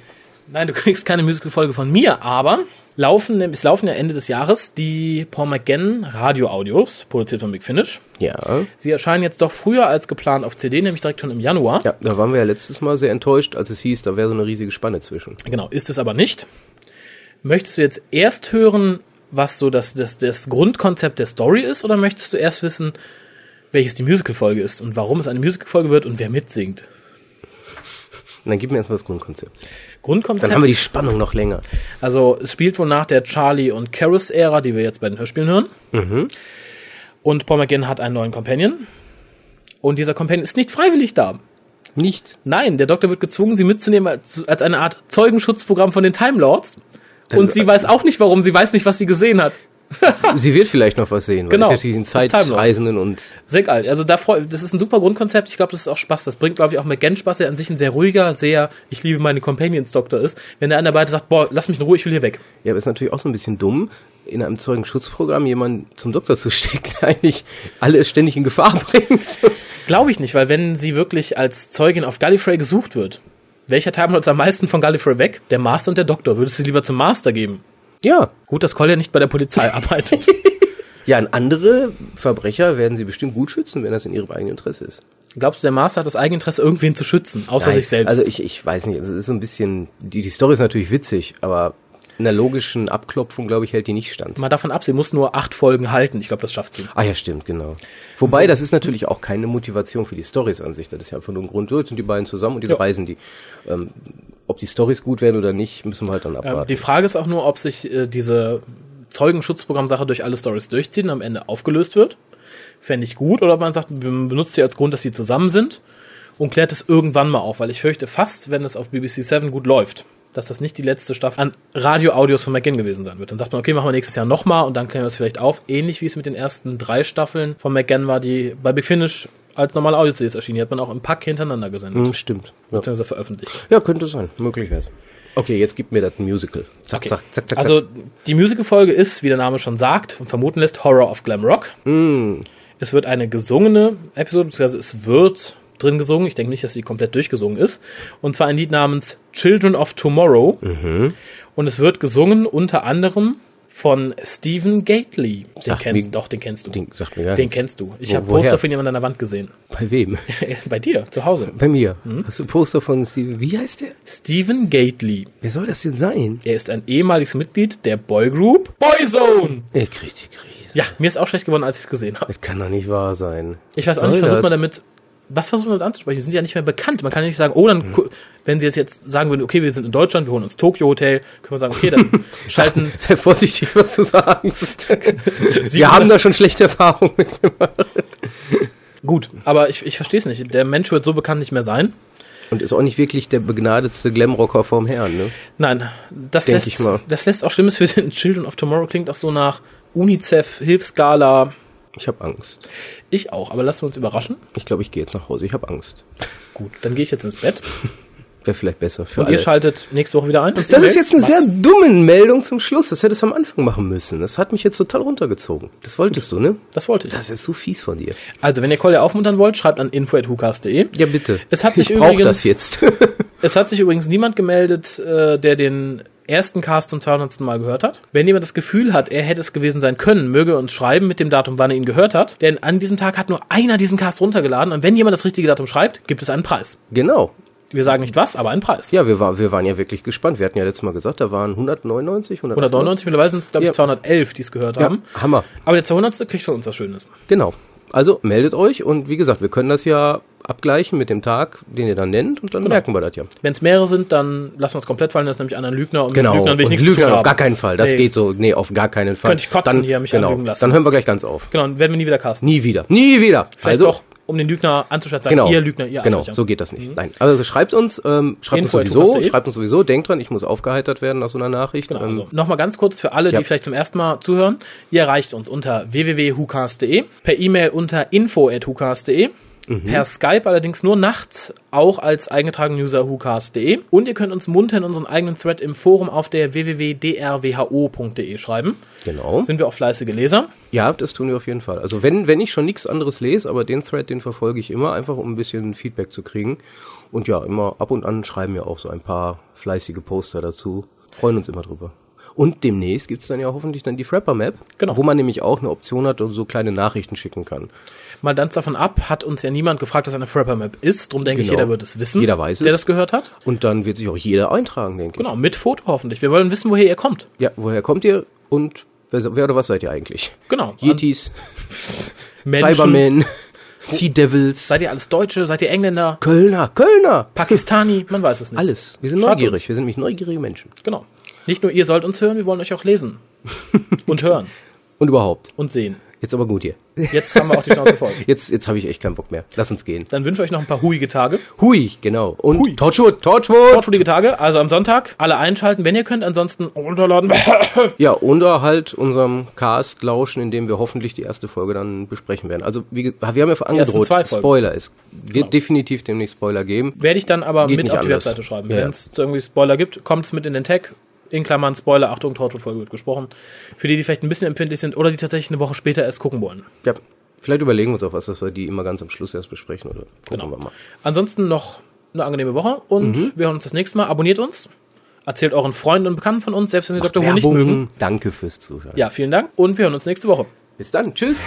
B: Nein, du kriegst keine Musical-Folge von mir, aber laufen, es laufen ja Ende des Jahres die Paul McGann Radio-Audios, produziert von Big Finish.
D: Ja.
B: Sie erscheinen jetzt doch früher als geplant auf CD, nämlich direkt schon im Januar.
D: Ja, da waren wir ja letztes Mal sehr enttäuscht, als es hieß, da wäre so eine riesige Spanne zwischen.
B: Genau, ist es aber nicht. Möchtest du jetzt erst hören, was so das, das, das Grundkonzept der Story ist, oder möchtest du erst wissen, welches die Musical-Folge ist und warum es eine Musical-Folge wird und wer mitsingt?
D: Und dann gib mir erstmal das Grundkonzept.
B: Grundkonzept.
D: Dann haben wir die Spannung noch länger.
B: Also es spielt wohl nach der Charlie und Karis Ära, die wir jetzt bei den Hörspielen hören.
D: Mhm.
B: Und Paul McGinn hat einen neuen Companion. Und dieser Companion ist nicht freiwillig da.
D: Nicht.
B: Nein, der Doktor wird gezwungen, sie mitzunehmen als, als eine Art Zeugenschutzprogramm von den Time Lords. Und
D: äh,
B: sie weiß auch nicht warum, sie weiß nicht, was sie gesehen hat.
D: Sie wird vielleicht noch was sehen, weil
B: Genau.
D: es ist ja diesen
B: Das Timeline.
D: Zeitreisenden und
B: Sehr geil. Also da freu, das ist ein super Grundkonzept. Ich glaube, das ist auch Spaß. Das bringt, glaube ich, auch McGann Spaß, der an sich ein sehr ruhiger, sehr, ich liebe meine Companions Doktor ist. Wenn der einer beide sagt, boah, lass mich in Ruhe, ich will hier weg.
D: ja, aber ist natürlich auch so ein bisschen dumm, in einem Zeugenschutzprogramm jemanden zum Doktor zu stecken, der eigentlich alle ständig in Gefahr bringt.
B: Glaube ich nicht, weil wenn sie wirklich als Zeugin auf Gallifrey gesucht wird, welcher Time Lord ist am meisten von Gallifrey weg? Der Master und der Doktor. Würdest du sie lieber zum Master geben?
D: Ja.
B: Gut, dass Collier nicht bei der Polizei arbeitet.
D: Ja, und andere Verbrecher werden sie bestimmt gut schützen, wenn das in ihrem eigenen Interesse ist.
B: Glaubst du, der Master hat das Eigeninteresse, irgendwen zu schützen, außer
D: Nein,
B: sich selbst?
D: Also ich, ich weiß nicht, also es ist so ein bisschen, die, die Story ist natürlich witzig, aber einer logischen Abklopfung, glaube ich, hält die nicht stand.
B: Mal davon ab, sie muss nur acht Folgen halten. Ich glaube, das schafft sie.
D: Ah ja, stimmt, genau. Wobei,
B: Also-
D: das ist natürlich auch keine Motivation für die Stories an sich. Das ist ja einfach nur ein Grund, so, jetzt sind die beiden zusammen und diese
B: Ja.
D: reisen die. Ähm, ob die Stories gut werden oder nicht, müssen wir halt dann
B: Ähm,
D: abwarten.
B: die Frage ist auch nur, ob sich äh, diese Zeugenschutzprogramm-Sache durch alle Stories durchzieht und am Ende aufgelöst wird. Fände ich gut. Oder ob man sagt, man benutzt sie als Grund, dass sie zusammen sind und klärt es irgendwann mal auf. Weil ich fürchte fast, wenn es auf BBC 7 gut läuft, dass das nicht die letzte Staffel an Radio-Audios von McGann gewesen sein wird. Dann sagt man, okay, machen wir nächstes Jahr nochmal und dann klären wir es vielleicht auf. Ähnlich wie es mit den ersten drei Staffeln von McGann war, die bei Big Finish als normale Audio-CDs erschienen. Die hat man auch im Pack hintereinander gesendet,
D: Hm, stimmt. Ja.
B: beziehungsweise veröffentlicht.
D: ja, könnte sein. Möglich wär's. Okay, jetzt gib mir das Musical. Zack,
B: Okay.
D: zack, zack, zack.
B: Also
D: zack.
B: die Musical-Folge ist, wie der Name schon sagt und vermuten lässt, Horror of Glam Rock.
D: Mm.
B: Es wird eine gesungene Episode, beziehungsweise es wird drin gesungen. Ich denke nicht, dass sie komplett durchgesungen ist. Und zwar ein Lied namens Children of Tomorrow.
D: Mhm.
B: Und es wird gesungen unter anderem von Stephen Gately. Den
D: Sagt
B: kennst
D: mir-
B: doch, den kennst du.
D: Den sagt mir gar
B: Den
D: nichts.
B: kennst du. Ich
D: Wo-
B: habe
D: woher?
B: Poster von ihm an deiner Wand gesehen.
D: Bei wem?
B: Bei dir, zu Hause.
D: Bei mir.
B: Hm?
D: Hast du Poster von Steve? Wie heißt der?
B: Stephen Gately.
D: Wer soll das denn sein?
B: Er ist ein ehemaliges Mitglied der Boygroup Boyzone.
D: Ich krieg die Krise.
B: Ja, mir ist auch schlecht geworden, als ich es gesehen habe.
D: Das kann doch nicht wahr sein.
B: Ich weiß auch
D: Soll
B: nicht, versucht man
D: das?
B: damit, was versucht man damit anzusprechen? Die sind ja nicht mehr bekannt. Man kann ja nicht sagen, oh, dann,
D: Hm.
B: gu- wenn sie jetzt, jetzt sagen würden, okay, wir sind in Deutschland, wir holen uns Tokyo Hotel, können wir sagen, okay, dann schalten,
D: Sei vorsichtig, was du sagst. Wir
B: 700
D: haben da schon schlechte Erfahrungen mit.
B: gut. Aber ich, ich verstehe es nicht. Der Mensch wird so bekannt nicht mehr sein.
D: Und ist auch nicht wirklich der begnadetste Glamrocker vom Herrn, ne?
B: Nein, das
D: Denk
B: lässt,
D: ich mal.
B: das lässt auch Schlimmes für den Children of Tomorrow klingt auch so nach UNICEF, Hilfsgala.
D: Ich habe Angst.
B: Ich auch, aber lassen wir uns überraschen.
D: Ich glaube, ich gehe jetzt nach Hause. Ich habe Angst.
B: Gut, dann gehe ich jetzt ins Bett
D: Wäre vielleicht besser für
B: und
D: alle.
B: ihr schaltet nächste Woche wieder ein. Und
D: das
B: seht
D: ist
B: selbst,
D: jetzt eine
B: was-
D: sehr dumme Meldung zum Schluss. Das hättest du am Anfang machen müssen. Das hat mich jetzt total runtergezogen. Das wolltest du, ne?
B: Das wollte ich.
D: Das ist so fies von dir.
B: Also, wenn ihr Kolja aufmuntern wollt, schreibt an info.hukas.de.
D: Ja, bitte.
B: Es hat sich
D: ich brauch
B: übrigens-
D: das jetzt.
B: Es hat sich übrigens niemand gemeldet, äh, der den ersten Cast zum 200. Mal gehört hat. Wenn jemand das Gefühl hat, er hätte es gewesen sein können, möge er uns schreiben mit dem Datum, wann er ihn gehört hat. Denn an diesem Tag hat nur einer diesen Cast runtergeladen. Und wenn jemand das richtige Datum schreibt, gibt es einen Preis.
D: genau.
B: Wir sagen nicht was, aber einen Preis.
D: Ja, wir, war, wir waren ja wirklich gespannt. Wir hatten ja letztes Mal gesagt, da waren 199,
B: 199, mittlerweile sind es, glaube ich,
D: Ja.
B: 211, die es gehört haben.
D: Ja, Hammer.
B: Aber der 200. kriegt von uns was Schönes.
D: Genau. Also meldet euch und wie gesagt, wir können das ja abgleichen mit dem Tag, den ihr dann nennt und dann
B: Genau.
D: merken wir das ja.
B: Wenn es mehrere sind, dann lassen wir es komplett fallen. Das ist nämlich einer ein Lügner und
D: Genau.
B: mit Lügnern will ich
D: und
B: nichts zu
D: Lügnern
B: tun
D: auf
B: haben.
D: gar keinen Fall. Das
B: Nee.
D: geht so, nee, auf gar keinen Fall.
B: Könnte ich kotzen
D: dann,
B: hier, mich
D: genau,
B: anlügen lassen.
D: Dann hören wir gleich ganz auf.
B: Genau, und werden wir nie wieder casten.
D: Nie wieder. Nie wieder.
B: Vielleicht
D: also
B: auch, um den Lügner anzuschätzen. sagen,
D: Genau.
B: Ihr Lügner, ihr
D: Genau,
B: Arschlöcher.
D: so geht das nicht. Nein. Also schreibt uns, ähm, schreibt uns
B: Info at
D: sowieso,
B: thomas.de.
D: schreibt uns sowieso, denkt dran, ich muss aufgeheitert werden nach so einer Nachricht.
B: Genau,
D: ähm,
B: also nochmal ganz kurz für alle,
D: Ja.
B: die vielleicht zum ersten Mal zuhören. Ihr erreicht uns unter www.hucast.de, per E-Mail unter info.hucast.de,
D: Mhm.
B: per Skype allerdings nur nachts, auch als eingetragenen User hucast.de. Und ihr könnt uns munter in unseren eigenen Thread im Forum auf der www.drwho.de schreiben.
D: Genau.
B: Sind wir auch fleißige Leser.
D: Ja, das tun wir auf jeden Fall. Also wenn, wenn ich schon nichts anderes lese, aber den Thread, den verfolge ich immer, einfach um ein bisschen Feedback zu kriegen. Und ja, immer ab und an schreiben wir auch so ein paar fleißige Poster dazu. Freuen uns immer drüber. Und demnächst gibt's dann ja hoffentlich dann die Frapper-Map,
B: Genau.
D: wo man nämlich auch eine Option hat und so kleine Nachrichten schicken kann.
B: Mal ganz davon ab, hat uns ja niemand gefragt, was eine Frapper Map ist. Drum denke ich,
D: Genau.
B: jeder wird es wissen.
D: Jeder weiß
B: der
D: es.
B: das gehört hat.
D: Und dann wird sich auch jeder eintragen, denke
B: Genau, mit Foto hoffentlich. Wir wollen wissen, woher ihr kommt.
D: ich. Ja, woher kommt ihr und wer, wer oder was seid ihr eigentlich?
B: Genau.
D: Yetis,
B: Menschen.
D: Cybermen, Sea Devils,
B: Seid ihr alles Deutsche? Seid ihr Engländer?
D: Kölner, Kölner,
B: Pakistani? Man weiß es nicht.
D: alles. Wir sind
B: Schreibt
D: neugierig,
B: Uns.
D: wir sind nämlich neugierige Menschen.
B: Genau. Nicht nur ihr sollt uns hören, wir wollen euch auch lesen. Und hören.
D: Und überhaupt.
B: Und sehen.
D: Jetzt aber gut hier.
B: Jetzt haben wir auch die Schnauze voll.
D: Jetzt, jetzt habe ich echt keinen Bock mehr. Lass uns gehen.
B: Dann wünsche ich euch noch ein paar huige Tage.
D: Hui, genau. Und
B: Hui.
D: Torchwood, Torchwood.
B: Sportschuldige Tage, also am Sonntag. Alle einschalten, wenn ihr könnt. Ansonsten runterladen.
D: Ja, oder halt unserem Cast lauschen, in dem wir hoffentlich die erste Folge dann besprechen werden. Also wie, ge- wir haben ja
B: ersten
D: angedroht,
B: zwei Folgen.
D: Spoiler. Es wird definitiv demnächst Spoiler geben.
B: Werde ich dann aber
D: Geht
B: mit
D: nicht
B: auf die
D: anders.
B: Webseite schreiben.
D: Ja.
B: Wenn es irgendwie Spoiler gibt, kommt es mit in den Tag. In Klammern Spoiler, Achtung, Torture-Folge wird gesprochen. Für die, die vielleicht ein bisschen empfindlich sind oder die tatsächlich eine Woche später erst gucken wollen.
D: Ja, vielleicht überlegen wir uns auch was, dass wir die immer ganz am Schluss erst besprechen. Oder gucken wir mal.
B: Ansonsten noch eine angenehme Woche und wir hören uns das nächste Mal. Abonniert uns, erzählt euren Freunden und Bekannten von uns, selbst wenn sie Dr. Who nicht
D: Werbung.
B: mögen.
D: Danke fürs Zuhören.
B: Ja, vielen Dank und wir hören uns nächste Woche.
D: Bis dann. Tschüss.